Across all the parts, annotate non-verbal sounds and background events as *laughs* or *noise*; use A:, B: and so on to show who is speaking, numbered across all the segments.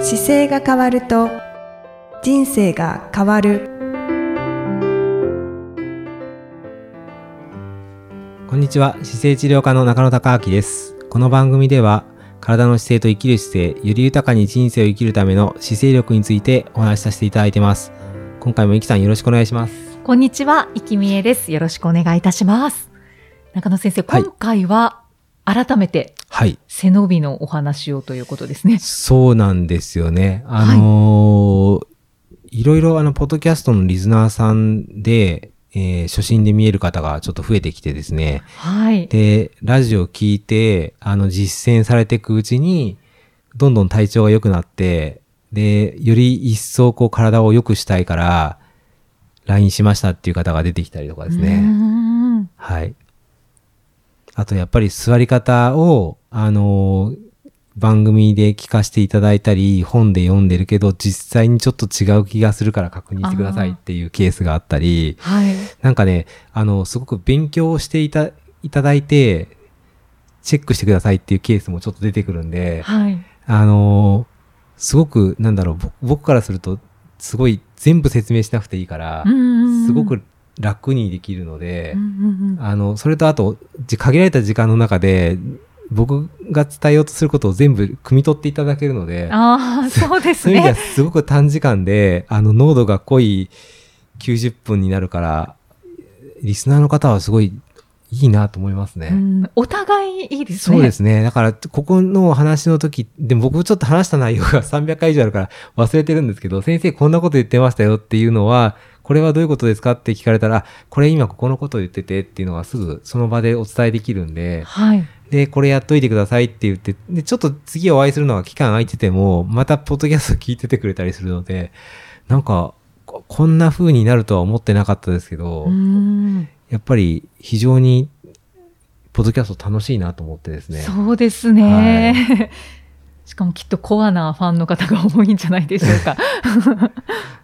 A: 姿勢が変わると人生が変わる
B: こんにちは姿勢治療科の中野孝明ですこの番組では体の姿勢と生きる姿勢より豊かに人生を生きるための姿勢力についてお話しさせていただいてます今回もいきさんよろしくお願いします
C: こんにちは、いきみえです。よろしくお願いいたします。中野先生、
B: はい
C: 今回は改めて
B: はい
C: 背伸びのお話をということですね。
B: そうなんですよねあのーい、ろいろあのポッドキャストのリズナーさんで、えー初心で見える方がちょっと増えてきてですね
C: はい。
B: で、ラジオ聞いて、あの、実践されていくうちに、どんどん体調が良くなって、で、より一層こう体を良くしたいから、LINE しましたっていう方が出てきたりとかです
C: うー
B: ね。
C: ん
B: はい。あと、やっぱり座り方を、あのー番組で聞かせていただいたり、本で読んでるけど、実際にちょっと違う気がするから確認してくださいっていうケースがあったり、
C: はい。
B: なんかね、あの、すごく勉強をしていた、いただいて、チェックしてくださいっていうケースもちょっと出てくるんで、
C: はい。
B: あのーすごく、なんだろう、ぼ僕からすると、すごい全部説明しなくていいから
C: う、んうんうん
B: すごく楽にできるので
C: うん、うんうん
B: あの、それとあと、じ限られた時間の中で、僕が伝えようとすることを全部汲み取っていただけるので、
C: ああ、そうです
B: *laughs* そういう意味
C: ね
B: で。はすごく短時間で、あの、濃度が濃い90分になるから、リスナーの方はすごいいいなと思いますね。
C: うんお互いいいですね。
B: そうですね。だから、ここのお話の時、でも僕ちょっと話した内容が300回以上あるから忘れてるんですけど、先生こんなこと言ってましたよっていうのは、これはどういうことですかって聞かれたら、あこれ今ここのことを言っててっていうのがすぐその場でお伝えできるんで、
C: はい。
B: で、これやっといてくださいって言って、で、ちょっと次お会いするのが期間空いてても、またポッドキャスト聞いててくれたりするので、なんか、ここんな風になるとは思ってなかったですけど、
C: うーん
B: やっぱり非常に、ポッドキャスト楽しいなと思ってですね。
C: そうですね。 *laughs* しかもきっとコアなファンの方が多いんじゃないでしょ
B: *laughs*
C: うか。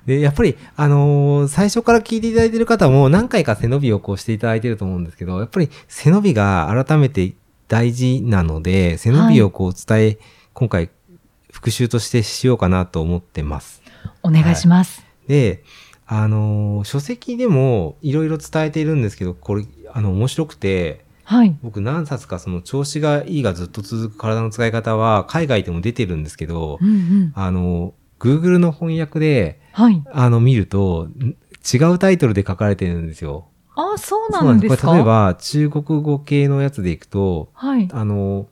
B: で、やっぱり、あのー最初から聞いていただいてる方も何回か背伸びをこうしていただいてると思うんですけど、やっぱり背伸びが改めて大事なので、背伸びをこう伝え、今回復習としてしようかなと思ってます。
C: お願いします。
B: で、あのー書籍でもいろいろ伝えているんですけど、これ、あの、面白くて、
C: はい。
B: 僕何冊かその調子がいいがずっと続く体の使い方は海外でも出てるんですけど
C: う、んうん。
B: あの、Google の翻訳で、
C: はい。
B: あの、見ると、ん違うタイトルで書かれてるんですよ。
C: ああ、そうなんです
B: こ
C: か。
B: れ例えば、中国語系のやつでいくと、
C: はい。
B: あの、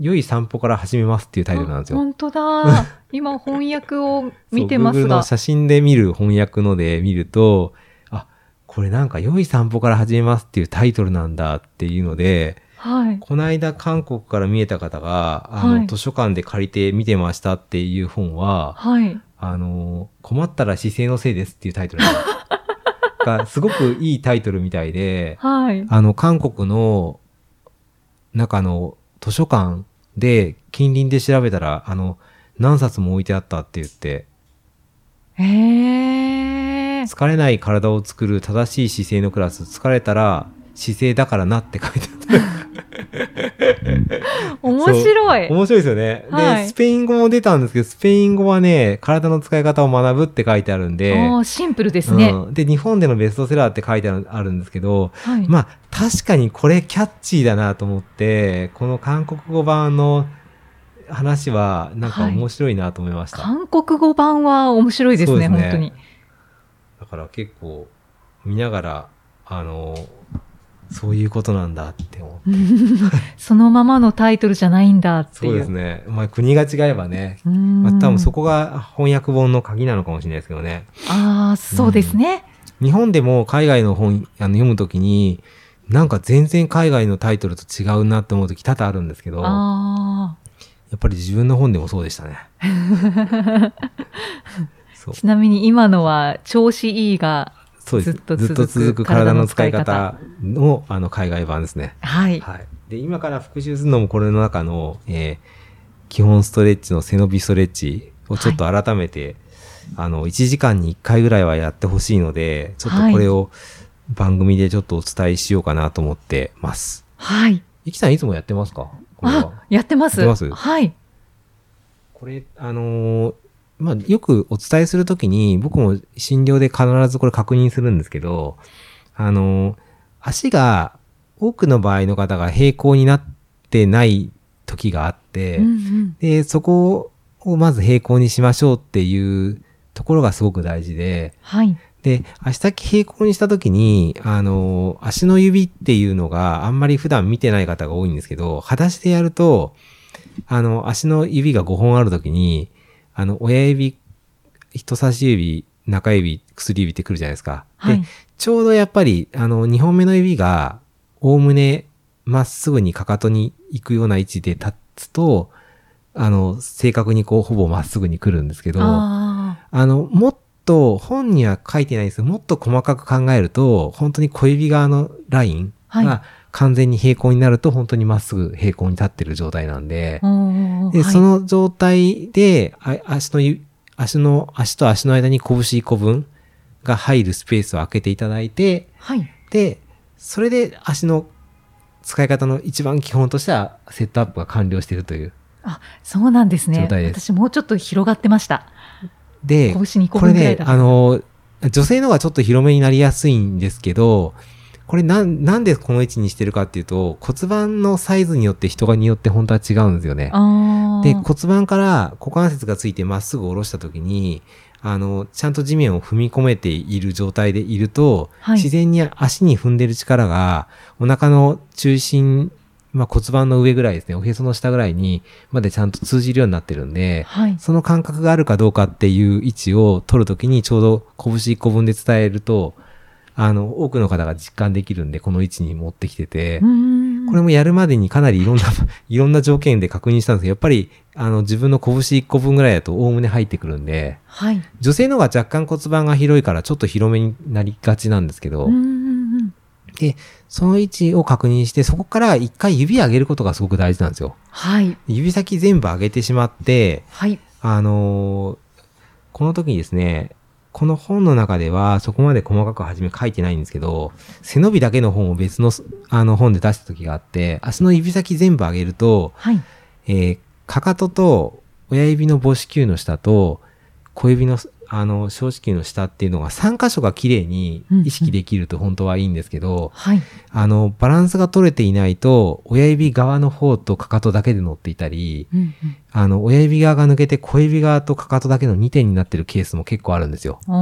B: 良い散歩から始めますっていうタイトルなんですよ
C: あ。本当
B: *laughs*
C: だ。今翻訳を見てま
B: そう
C: す
B: Google の
C: が。
B: 写真で見る翻訳ので見ると、あ、これなんか良い散歩から始めますっていうタイトルなんだっていうので、
C: はい。
B: この間韓国から見えた方が、あの、
C: はい
B: 図書館で借りて見てましたっていう本は、
C: はい。
B: あの、困ったら姿勢のせいですっていうタイトルなんですよ
C: *laughs*
B: が、すごくいいタイトルみたいで、
C: はい。
B: あの、韓国の中の図書館で近隣で調べたら、あの、何冊も置いてあったって言って、
C: へえ。
B: 疲れない体を作る正しい姿勢のクラス疲れたら姿勢だからなって書いてあっ
C: 面白
B: た
C: い。
B: 面白いですよね、
C: は
B: で
C: い
B: スペイン語も出たんですけどスペイン語はね体の使い方を学ぶって書いてあるんで
C: おーシンプルですね。
B: うん、で日本でのベストセラーって書いてあるあるんですけど
C: はい。
B: まあ確かにこれキャッチーだなと思ってこの韓国語版の話はなんか面白いなと思いました、
C: 韓国語版は面白いです
B: そう
C: ね、
B: ですね
C: 本当に。
B: だから結構見ながらあのそういうことなんだって思って。
C: そのままのタイトルじゃないんだって
B: そ
C: いうう。
B: ですね。まあ国が違えばね。
C: うーん
B: まあ多分そこが翻訳本の鍵なのかもしれないですけどね。
C: ああ、そうですね。
B: 日本でも海外の本あの読むときに、なんか全然海外のタイトルと違うなって思うとき多々あるんですけど、や
C: あ
B: っぱり自分の本でもそうでした
C: *laughs*
B: ね。そう
C: あ。ちなみに今のは、調子いいが、
B: そうです
C: ずっと
B: ずっと続く
C: 続く
B: 体
C: 体
B: の
C: の
B: 使
C: 使
B: い
C: い方
B: 方のあの海外版ですね。
C: はい。
B: はい。で、今から復習するのもこれの中の、えー基本ストレッチの背伸びストレッチをちょっと改めて、あの、1時間に1回ぐらいはやってほしいので、ちょっとこれを番組でちょっとお伝えしようかなと思ってます。
C: はい。
B: いきさんいつもやってますかこれは
C: あ、やってます。
B: やってます
C: はい。
B: これ、あのーまあ、よくお伝えするときに、僕も診療で必ずこれ確認するんですけど、あのー足が、多くの場合の方が平行になってない時があって、
C: うんうん
B: で、そこをまず平行にしましょうっていうところがすごく大事で、
C: はい。
B: で、足先平行にした時に、あの、足の指っていうのがあんまり普段見てない方が多いんですけど、裸足でやると、あの、足の指が5本ある時に、あの、親指、人差し指、中指、薬指ってくるじゃないですか。
C: は
B: で
C: い、。
B: ちょうどやっぱり、あの、2本目の指が、おおむね、まっすぐにかかとに行くような位置で立つと、あの、正確にこう、ほぼまっすぐに来るんですけど、
C: あ
B: あの、もっと、本には書いてないですけど、もっと細かく考えると、本当に小指側のライン
C: はい
B: が完全に平行になると、本当にまっすぐ平行に立ってる状態なんで
C: あ。、おー
B: で、
C: はい
B: その状態で、あ足の指、足の、足と足の間に拳1個分が入るスペースを空けていただいて、
C: はい。
B: で、それで足の使い方の一番基本としては、セットアップが完了しているという。
C: あ、そうなんですね
B: 状。態です
C: 私もうちょっと広がってました。
B: で、
C: 拳2個
B: こ
C: 分
B: れ
C: ぐらい
B: ね、
C: だった。
B: あの、女性の方がちょっと広めになりやすいんですけど、これなん、なんでこの位置にしてるかっていうと、骨盤のサイズによって人がによって本当は違うんですよね。
C: あー
B: で、骨盤から股関節がついてまっすぐ下ろした時に、あの、ちゃんと地面を踏み込めている状態でいると、
C: はい
B: 自然に足に踏んでる力が、お腹の中心、まあ、骨盤の上ぐらいですね、おへその下ぐらいにまでちゃんと通じるようになってるんで、
C: はい。
B: その感覚があるかどうかっていう位置を取るときにちょうど拳1個分で伝えると、あの、多くの方が実感できるんで、この位置に持ってきてて、これ
C: も
B: もやるまでにかなりいろんな、 *laughs* いろんな条件で確認したんですけど、やっぱり、あの、自分の拳1個分ぐらいだとおおむね入ってくるんで、
C: はい。
B: 女性の方が若干骨盤が広いからちょっと広めになりがちなんですけど、
C: うんうんうん
B: その位置を確認して、そこから一回指上げることがすごく大事なんですよ。
C: はい。
B: 指先全部上げてしまって、
C: はい。
B: あのーこの時にですね、この本の中ではそこまで細かくはじめ書いてないんですけど、背伸びだけの本を別のあの本で出した時があって、足の指先全部上げると、
C: はい。
B: えーかかとと親指の母子球の下と小指のあの小指球の下っていうのが3箇所が綺麗に意識できると本当はいいんですけど、
C: はい。
B: あの、バランスが取れていないと、親指側の方とかかとだけで乗っていたり、
C: うん
B: あの、親指側が抜けて小指側とかかとだけの2点になってるケースも結構あるんですよ。
C: うん。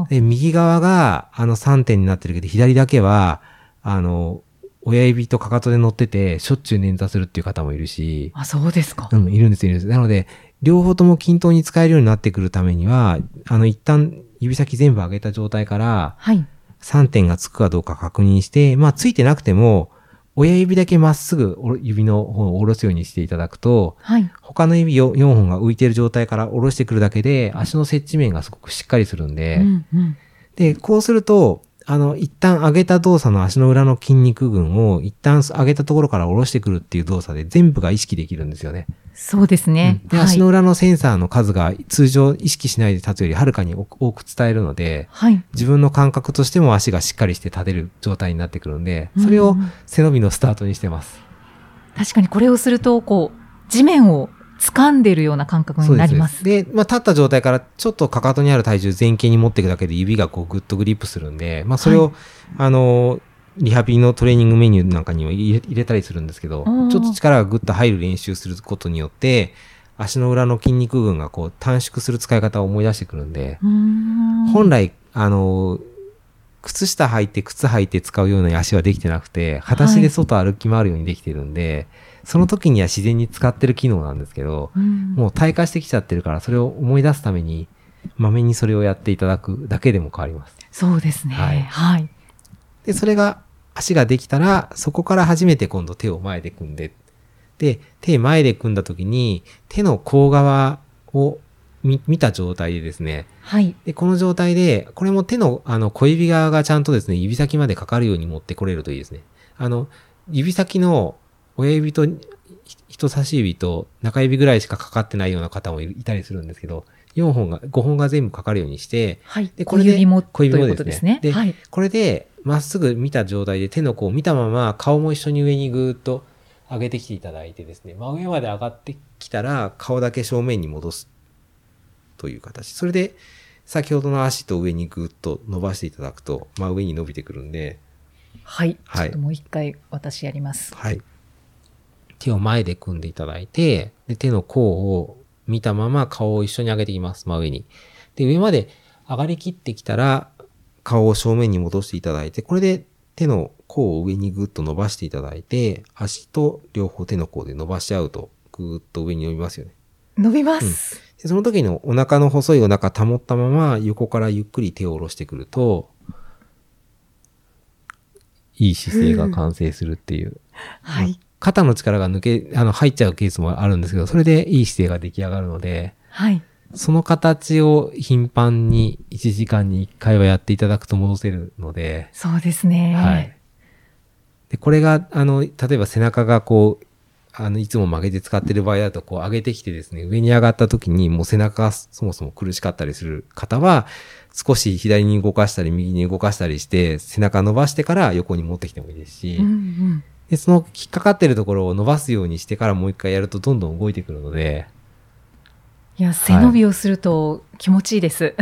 C: おー
B: で、右側があの3点になってるけど、左だけは、あの、親指とかかとで乗ってて、しょっちゅう捻挫するっていう方もいるし、
C: あ、そうですか
B: う。ん、いるんです、いるんです。なので、両方とも均等に使えるようになってくるためには、あの、一旦指先全部上げた状態から、
C: はい。
B: 3点がつくかどうか確認して、まあ、ついてなくても、親指だけまっすぐお指の方を下ろすようにしていただくと、
C: はい。
B: 他の指4本が浮いている状態から下ろしてくるだけで、足の接地面がすごくしっかりするんで、
C: うんうん。
B: で、こうすると、あの、一旦上げた動作の足の裏の筋肉群を一旦上げたところから下ろしてくるっていう動作で全部が意識できるんですよね。
C: そうですね
B: うん。で、
C: は
B: 足
C: い
B: の。裏のセンサーの数が通常意識しないで立つよりはるかに多多く伝えるので、
C: はい。
B: 自分の感覚としても足がしっかりして立てる状態になってくるんで、それ
C: う
B: を
C: んうん
B: 背伸びのスタートにしてます。
C: 確かにこれをすると、こう、地面を掴んでるような感覚になります。
B: そうです。そうですで、まあ、立った状態からちょっとかかとにある体重前傾に持っていくだけで指がこうグッとグリップするんで、まあ、それを、
C: は
B: あの、リハビリのトレーニングメニューなんかにも入れ入れたりするんですけど、
C: うん
B: ちょっと力がグッと入る練習することによって、足の裏の筋肉群がこう短縮する使い方を思い出してくるんで、
C: うーん
B: 本来、あの、靴下履いて靴履いて使うような足はできてなくて、裸足で外歩き回るようにできてるんで、その時には自然に使ってる機能なんですけど、
C: うん
B: もう退化してきちゃってるから、それを思い出すために、まめにそれをやっていただくだけでも変わります。
C: そうですね。
B: はい
C: はい。
B: で、それが、足ができたら、そこから初めて今度手を前で組んで、で、手前で組んだ時に、手の甲側を見見た状態でですね、
C: はい。
B: で、この状態で、これも手の、あの、小指側がちゃんとですね、指先までかかるように持ってこれるといいですね。あの、指先の親指とひ人差し指と中指ぐらいしかかかってないような方もいるいたりするんですけど、4本が、5本が全部かかるようにして、
C: はい。
B: でこ
C: 小
B: れで
C: 指も
B: 小
C: とい
B: 指も
C: う
B: ですね
C: ことですね。
B: で
C: はい。
B: これで、まっすぐ見た状態で手の甲を見たまま、顔も一緒に上にぐーっと上げてきていただいてですね、真上まで上がってきたら、顔だけ正面に戻すという形。それで、先ほどの足と上にぐっと伸ばしていただくと、真上に伸びてくるんで、
C: はい、
B: はい
C: ちょっともう一回私やります。
B: はい。手を前で組んでいただいて、で手の甲を見たまま顔を一緒に上げていきます。真上に。で、上まで上がりきってきたら、顔を正面に戻していただいて、これで手の甲を上にぐっと伸ばしていただいて、足と両方手の甲で伸ばし合うと、ぐーっと上に伸びますよね。
C: 伸びます。
B: でその時のお腹の細いお腹保ったまま横からゆっくり手を下ろしてくると、いい姿勢が完成するっていう。
C: はい。
B: 肩の力が抜け、あの、入っちゃうケースもあるんですけど、それでいい姿勢が出来上がるので、
C: はい。
B: その形を頻繁に1時間に1回はやっていただくと戻せるので、
C: そうですね。
B: はい。で、これが、あの、例えば背中がこう、あの、いつも曲げて使ってる場合だと、こう上げてきてですね、上に上がった時にもう背中がそもそも苦しかったりする方は、少し左に動かしたり右に動かしたりして、背中伸ばしてから横に持ってきてもいいですし、
C: うんうん。
B: で、その引っかかってるところを伸ばすようにしてからもう一回やるとどんどん動いてくるので、
C: いや、背伸びをすると気持ちいい
B: *laughs*
C: です。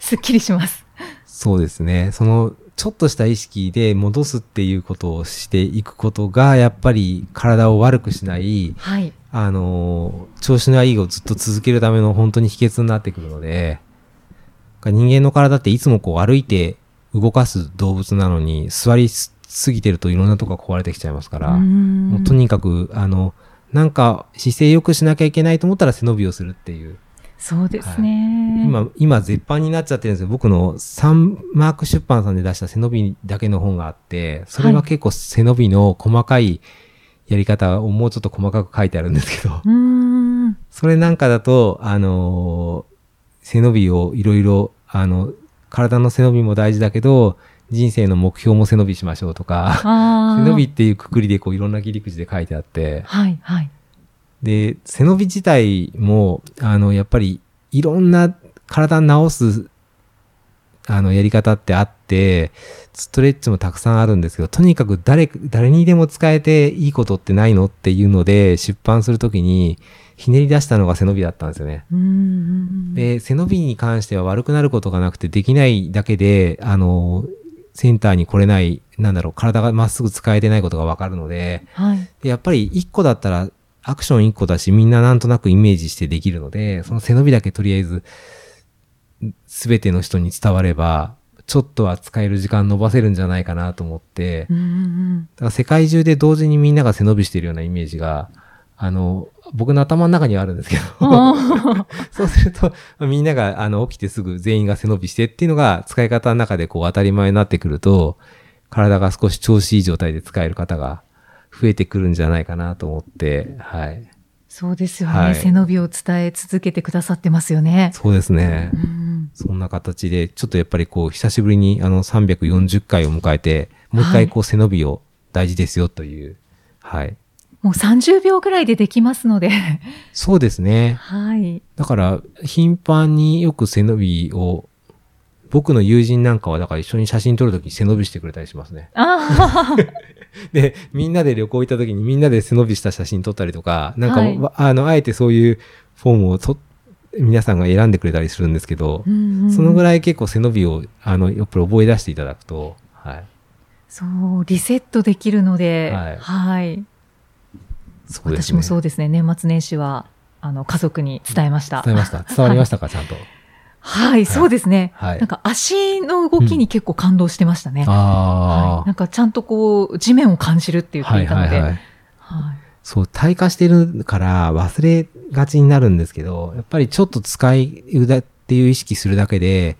C: すっきりします。
B: そうですね。その、ちょっとした意識で戻すっていうことをしていくことが、やっぱり体を悪くしない、
C: はい。
B: あのー、調子のいいをずっと続けるための本当に秘訣になってくるので、人間の体っていつもこう歩いて動かす動物なのに、座りすすぎてるといろんなとこが壊れてきちゃいますから、も
C: 本
B: うとにかく、あの、なんか姿勢良くしなきゃいけないと思ったら背伸びをするっていう。
C: そうですね。
B: 今、今絶版になっちゃってるんですよ。僕のサンマーク出版さんで出した背伸びだけの本があって、それは結構背伸びの細かいやり方をもうちょっと細かく書いてあるんですけど、 *laughs*
C: うーん。
B: それなんかだと、あのー背伸びをいろいろ、あの、体の背伸びも大事だけど、人生の目標も背伸びしましょうとか、
C: あ
B: *laughs* 背
C: ー
B: 伸びっていうくくりでこういろんな切り口で書いてあって、
C: はい、はい。
B: で、背伸び自体も、あの、やっぱり、いろんな体直す、あの、やり方ってあって、ストレッチもたくさんあるんですけど、とにかく誰、誰にでも使えていいことってないのっていうので、出版するときに、ひねり出したのが背伸びだったんですよね。
C: うーん。
B: で、背伸びに関しては悪くなることがなくて、できないだけで、あの、センターに来れない、なんだろう、体がまっすぐ使えてないことがわかるので、
C: はい。
B: で、やっぱり1個だったら、アクション1個だし、みんななんとなくイメージしてできるので、その背伸びだけとりあえず、すべての人に伝われば、ちょっとは使える時間伸ばせるんじゃないかなと思って、
C: う
B: だ
C: んうん
B: から世界中で同時にみんなが背伸びしてるようなイメージが、あの、僕の頭の中にはあるんですけ
C: うん。
B: ど、
C: あー
B: *laughs* そうすると、みんなが、あの、起きてすぐ全員が背伸びしてっていうのが、使い方の中でこう当たり前になってくると、体が少し調子いい状態で使える方が増えてくるんじゃないかなと思って、はい。
C: そうですよね、
B: はい
C: 背伸びを伝え続けてくださってますよね。
B: そうですね
C: う。ん
B: そんな形で、ちょっとやっぱりこう、久しぶりにあの、340回を迎えて、もう一回こう、背伸びを大事ですよという、はい。
C: もう30秒ぐらいでできますので。
B: そうですね。
C: *laughs* はい。
B: だから、頻繁によく背伸びを、僕の友人なんかは、だから一緒に写真撮るとき背伸びしてくれたりしますね。 *laughs*
C: ああ、
B: で、みんなで旅行行った時にみんなで背伸びした写真撮ったりとか、なんか、
C: はい
B: わあの、あえてそういうフォームをと、皆さんが選んでくれたりするんですけど、そのぐ
C: い。
B: らい結構背伸びを、あの、やっぱり覚え出していただくと、はい。
C: そう、リセットできるので、
B: はい
C: はい
B: そうですね。
C: 私もそううですね、年末年始は、あの、家族に伝えました。
B: 伝えました。伝わりましたか、ちゃんと。
C: *laughs* はい、そうですね。
B: はい
C: なん。か足の動きに結構感動してましたね。は
B: あ
C: い、なんかちゃんとこう、地面を感じるって
B: あ。
C: 言っていたので。はい
B: い。そう、退化してるから忘れがちになるんですけど、やっぱりちょっと使い腕っていう意識するだけで、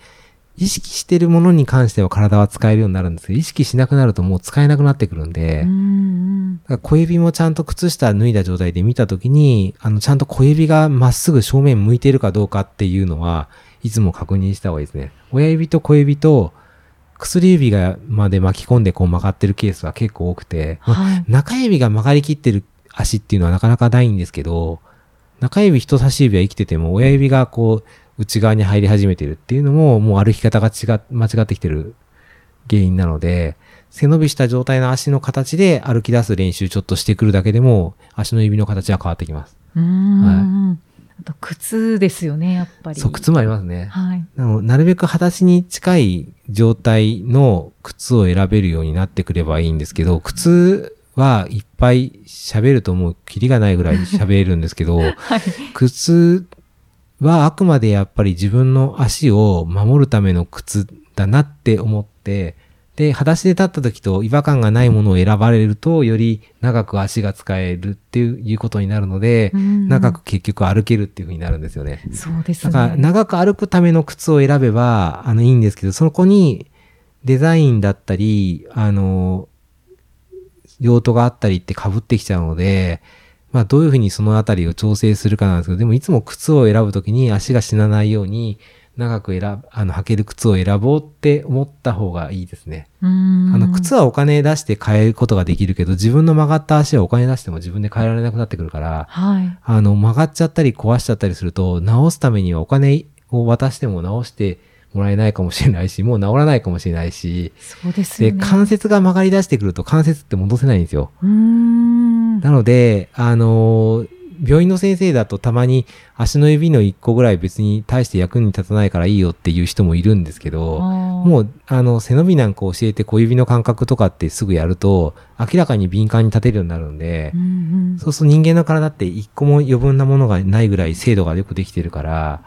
B: 意識してるものに関しては体は使えるようになるんですけど、意識しなくなるともう使えなくなってくるんで、
C: うん
B: だか
C: うん
B: ら小指もちゃんと靴下脱いだ状態で見たときに、あの、ちゃんと小指がまっすぐ正面向いてるかどうかっていうのは、いつも確認した方がいいですね。親指と小指と薬指がまで巻き込んでこう曲がってるケースは結構多くて、
C: はい。
B: 中指が曲がりきってる足っていうのはなかなかないんですけど、中指人差し指は生きてても、親指がこう、内側に入り始めてるっていうのも、もう歩き方が違っ、間違ってきてる原因なので、背伸びした状態の足の形で歩き出す練習ちょっとしてくるだけでも、足の指の形は変わってきます。
C: うーん、あと靴ですよねやっぱり
B: そう、靴もありますね。
C: はい
B: なのなるべく裸足に近い状態の靴を選べるようになってくればいいんですけど、靴はいっぱい喋るともうキリがないぐらい喋るんですけど、
C: *laughs* はい
B: 靴はあくまでやっぱり自分の足を守るための靴だなって思って、で、裸足で立った時と違和感がないものを選ばれると、より長く足が使えるっていうことになるので、
C: うん
B: 長く結局歩けるっていう風になるんですよね。
C: そうです
B: だ
C: ね
B: から長く歩くための靴を選べばあのいいんですけど、そこにデザインだったり、あの、用途があったりって被ってきちゃうので、まあどういうふうにそのあたりを調整するかなんですけど、でもいつも靴を選ぶときに足が死なないように長く選ぶ、あの履ける靴を選ぼうって思った方がいいですね。
C: うーん
B: あの靴はお金出して買えることができるけど、自分の曲がった足はお金出しても自分で買えられなくなってくるから、
C: はい
B: あの、曲がっちゃったり壊しちゃったりすると、直すためにはお金を渡しても直してもらえないかもしれないし、もう治らないかもしれないし、
C: そうです
B: で、
C: よね
B: 関節が曲がり出してくると関節って戻せないんですよ。
C: うーん
B: なので、あのー病院の先生だとたまに足の指の1個ぐらい別に大して役に立たないからいいよっていう人もいるんですけど、
C: も
B: もう、あの、背伸びなんか教えて小指の感覚とかってすぐやると、明らかに敏感に立てるようになるんで、
C: うん
B: そうすると人間の体って一個も余分なものがないぐらい精度がよくできてるから、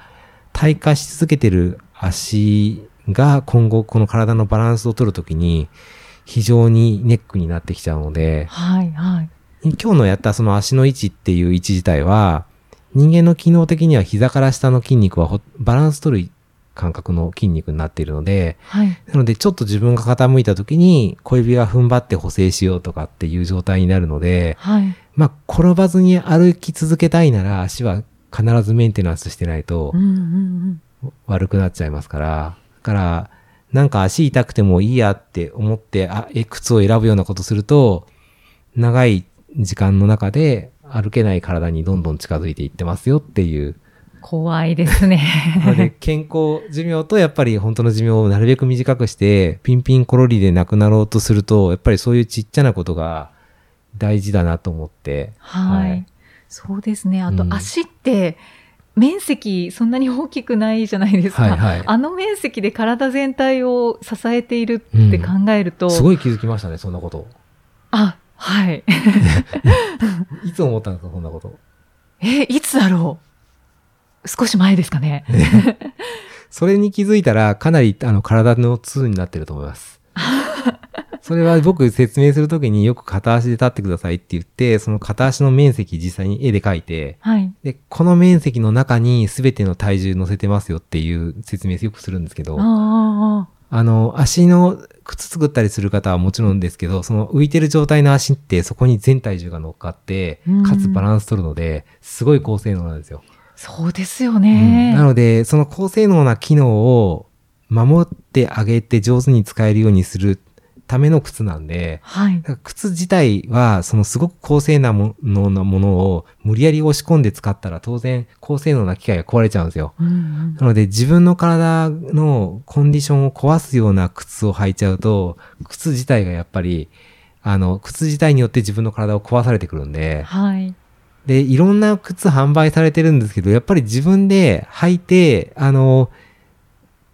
B: 退化し続けてる足が今後この体のバランスを取るときに非常にネックになってきちゃうので、
C: はいはい
B: 今日のやったその足の位置っていう位置自体は、人間の機能的には膝から下の筋肉はほバランス取る感覚の筋肉になっているので、
C: はい
B: なので、ちょっと自分が傾いた時に、小指が踏ん張って補正しようとかっていう状態になるので、
C: はい
B: まあ、転ばずに歩き続けたいなら、足は必ずメンテナンスしてないと
C: うんうん
B: 悪くなっちゃいますから、だから、なんか足痛くてもいいやって思って、あ、え、靴を選ぶようなことすると、長い時間の中で歩けない体にどんどん近づいていってますよっていう。
C: *laughs* うん怖いですね
B: なので健康寿命とやっぱり本当の寿命をなるべく短くして、ピンピンコロリで亡くなろうとすると、やっぱりそういうちっちゃなことが大事だなと思って。
C: はい、
B: はい
C: そうですねあと
B: うん
C: 足って面積そんなに大きくないじゃないですか、
B: はいはい
C: あの面積で体全体を支えているって考えると、
B: すごい気づきましたね、そんなこと。
C: あはい
B: いつ思ったんですか、そんなこと。
C: えいつだろう少し前ですかね
B: それに気づいたら、かなりあの体の痛になってると思い
C: *laughs*
B: ます。それは僕説明するときによく片足で立ってくださいって言って、その片足の面積実際に絵で描いて、
C: はい
B: で、この面積の中に全ての体重乗せてますよっていう説明よくするんですけど、
C: あ
B: あの、足の靴作ったりする方はもちろんですけど、その浮いてる状態の足ってそこに全体重が乗っかって
C: うん、
B: かつバランス取るので、すごい高性能なんですよ。
C: あそうですよ
B: うん
C: ね、
B: なので、その高性能な機能を守ってあげて上手に使えるようにするための靴なんで、
C: はい
B: だから靴自体は、そのすごく高性能なものなものを無理やり押し込んで使ったら当然高性能な機械が壊れちゃうんですよ。
C: うんうん
B: なので自分の体のコンディションを壊すような靴を履いちゃうと、靴自体がやっぱり、あの、靴自体によって自分の体を壊されてくるんで、
C: はい
B: で、いろんな靴販売されてるんですけど、やっぱり自分で履いて、あの、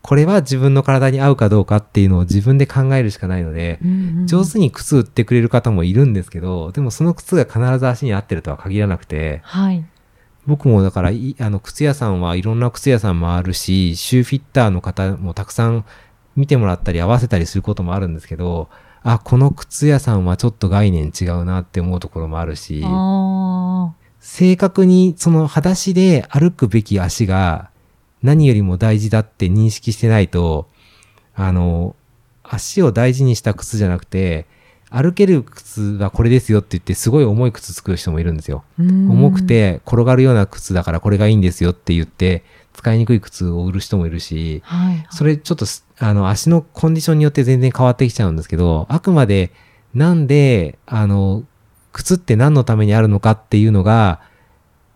B: これは自分の体に合うかどうかっていうのを自分で考えるしかないので、
C: うんうん
B: 上手に靴売ってくれる方もいるんですけど、でもその靴が必ず足に合ってるとは限らなくて、
C: はい
B: 僕もだからい、あの、靴屋さんはいろんな靴屋さんもあるし、シューフィッターの方もたくさん見てもらったり合わせたりすることもあるんですけど、あ、この靴屋さんはちょっと概念違うなって思うところもあるし、
C: あ
B: 正確にその裸足で歩くべき足が何よりも大事だって認識してないと、あの、足を大事にした靴じゃなくて、歩ける靴はこれですよって言ってすごい重い靴作る人もいるんですよ。
C: ーうん
B: 重くて転がるような靴だからこれがいいんですよって言って使いにくい靴を売る人もいるし、
C: はい
B: それちょっとすあの足のコンディションによって全然変わってきちゃうんですけど、あくまでなんで、あの、靴って何のためにあるのかっていうのが、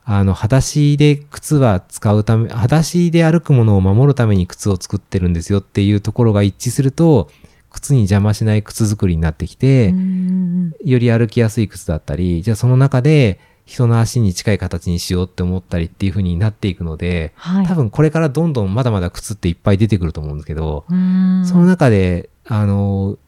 B: あの、裸足で靴は使うため、裸足で歩くものを守るために靴を作ってるんですよっていうところが一致すると、靴に邪魔しない靴作りになってきて、
C: うん
B: より歩きやすい靴だったり、じゃあその中で人の足に近い形にしようって思ったりっていう風になっていくので、
C: はい、
B: 多分これからどんどんまだまだ靴っていっぱい出てくると思うんですけど、
C: うん
B: その中で、あの、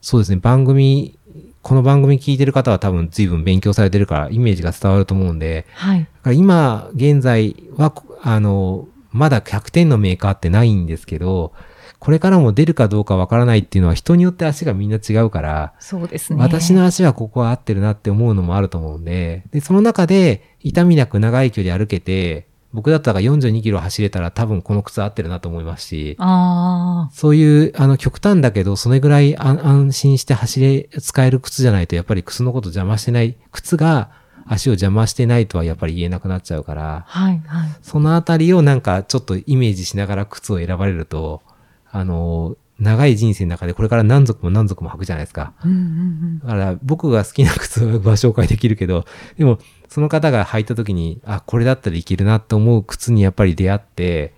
B: そうですね、番組、この番組聞いてる方は多分随分勉強されてるからイメージが伝わると思うんで、
C: はい、
B: だから今現在は、こあの、まだ100点のメーカーってないんですけど、これからも出るかどうかわからないっていうのは人によって足がみんな違うから、
C: そうですね。
B: 私の足はここは合ってるなって思うのもあると思うんで、で、その中で痛みなく長い距離歩けて、僕だったら42キロ走れたら多分この靴合ってるなと思いますし、
C: あ
B: そういう、あの、極端だけど、それぐらい安安心して走れ、使える靴じゃないと、やっぱり靴のこと邪魔してない、靴が足を邪魔してないとはやっぱり言えなくなっちゃうから
C: あ、、はい、はい。
B: そのあたりをなんかちょっとイメージしながら靴を選ばれると、あの、長い人生の中でこれから何足も何足も履くじゃないですか。
C: うんうん
B: だから僕が好きな靴は紹介できるけど、でもその方が履いた時に、あ、これだったらいけるなって思う靴にやっぱり出会って、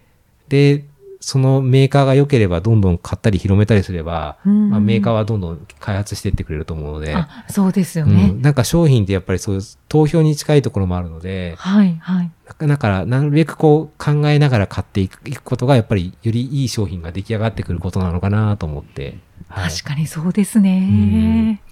B: で、そのメーカーが良ければどんどん買ったり広めたりすれば、
C: うん
B: まあ、メーカーはどんどん開発していってくれると思うの
C: う
B: で
C: ん、、あそうですよ
B: う
C: ね。
B: ん、なんか商品ってやっぱりそういう投票に近いところもあるので、
C: はい、はい。
B: だからなるべくこう考えながら買っていくいくことがやっぱりよりいい商品が出来上がってくることなのかなと思って、はい
C: 確かにそうです
B: うん
C: ね。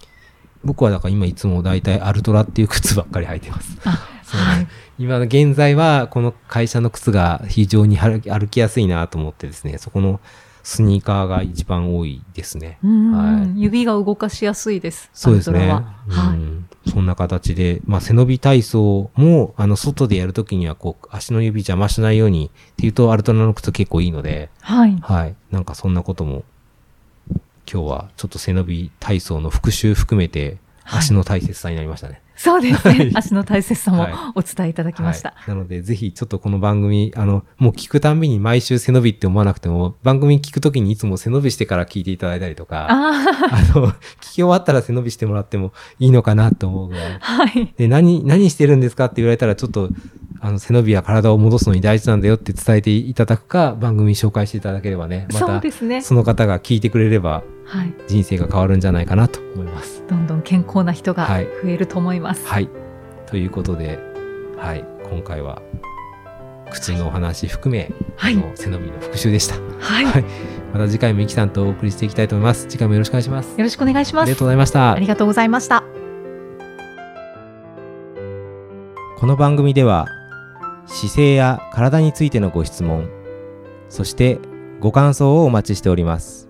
B: 僕はだから今いつも大体アルトラっていう靴ばっかり履いてます。 *laughs*
C: あ、
B: そう
C: はい。
B: 今の現在はこの会社の靴が非常に歩き歩きやすいなと思ってですね、そこのスニーカーが一番多いですね。
C: うんうん
B: はい
C: 指が動かしやすいです。
B: そうですね。
C: アルトラは
B: う
C: はい。
B: んそんな形で、まあ、背伸び体操も、あの、外でやるときには、こう、足の指邪魔しないようにっていうと、アルトラの靴結構いいので、
C: はい。
B: はい。なんかそんなことも、今日はちょっと背伸び体操の復習含めて、
C: はい
B: 足の大切さになりましたね。
C: そうですね。
B: はい
C: 足の大切さも
B: はい
C: お伝えいただきました。
B: はい、なので、ぜひちょっとこの番組、あの、もう聞くたんびに毎週背伸びって思わなくても、番組聞くときにいつも背伸びしてから聞いていただいたりとか、
C: あ
B: あの、聞き終わったら背伸びしてもらってもいいのかなと思うぐらい
C: あ、。はい。
B: で、何、何してるんですかって言われたら、ちょっと、あの、背伸びは体を戻すのに大事なんだよって伝えていただくか、番組紹介していただければね、ま
C: そう
B: た、
C: ですね。
B: その方が聞いてくれれば、
C: はい。
B: 人生が変わるんじゃないかなと思います。
C: どんどん健康な人が
B: はい
C: 増えると思います。
B: はい。ということで、はい。今回は、靴のお話含め、
C: はい
B: あの背伸びの復習でした。
C: はい。
B: はいまた次回もゆきさんとお送りしていきたいと思います。次回もよろしくお願いします。
C: よろしくお願いし
B: あ
C: ま
B: りが
C: す。
B: とうございました
C: あり。がとうございました。
B: この番組では姿勢や体についてのご質問そしてご感想をお待ちしております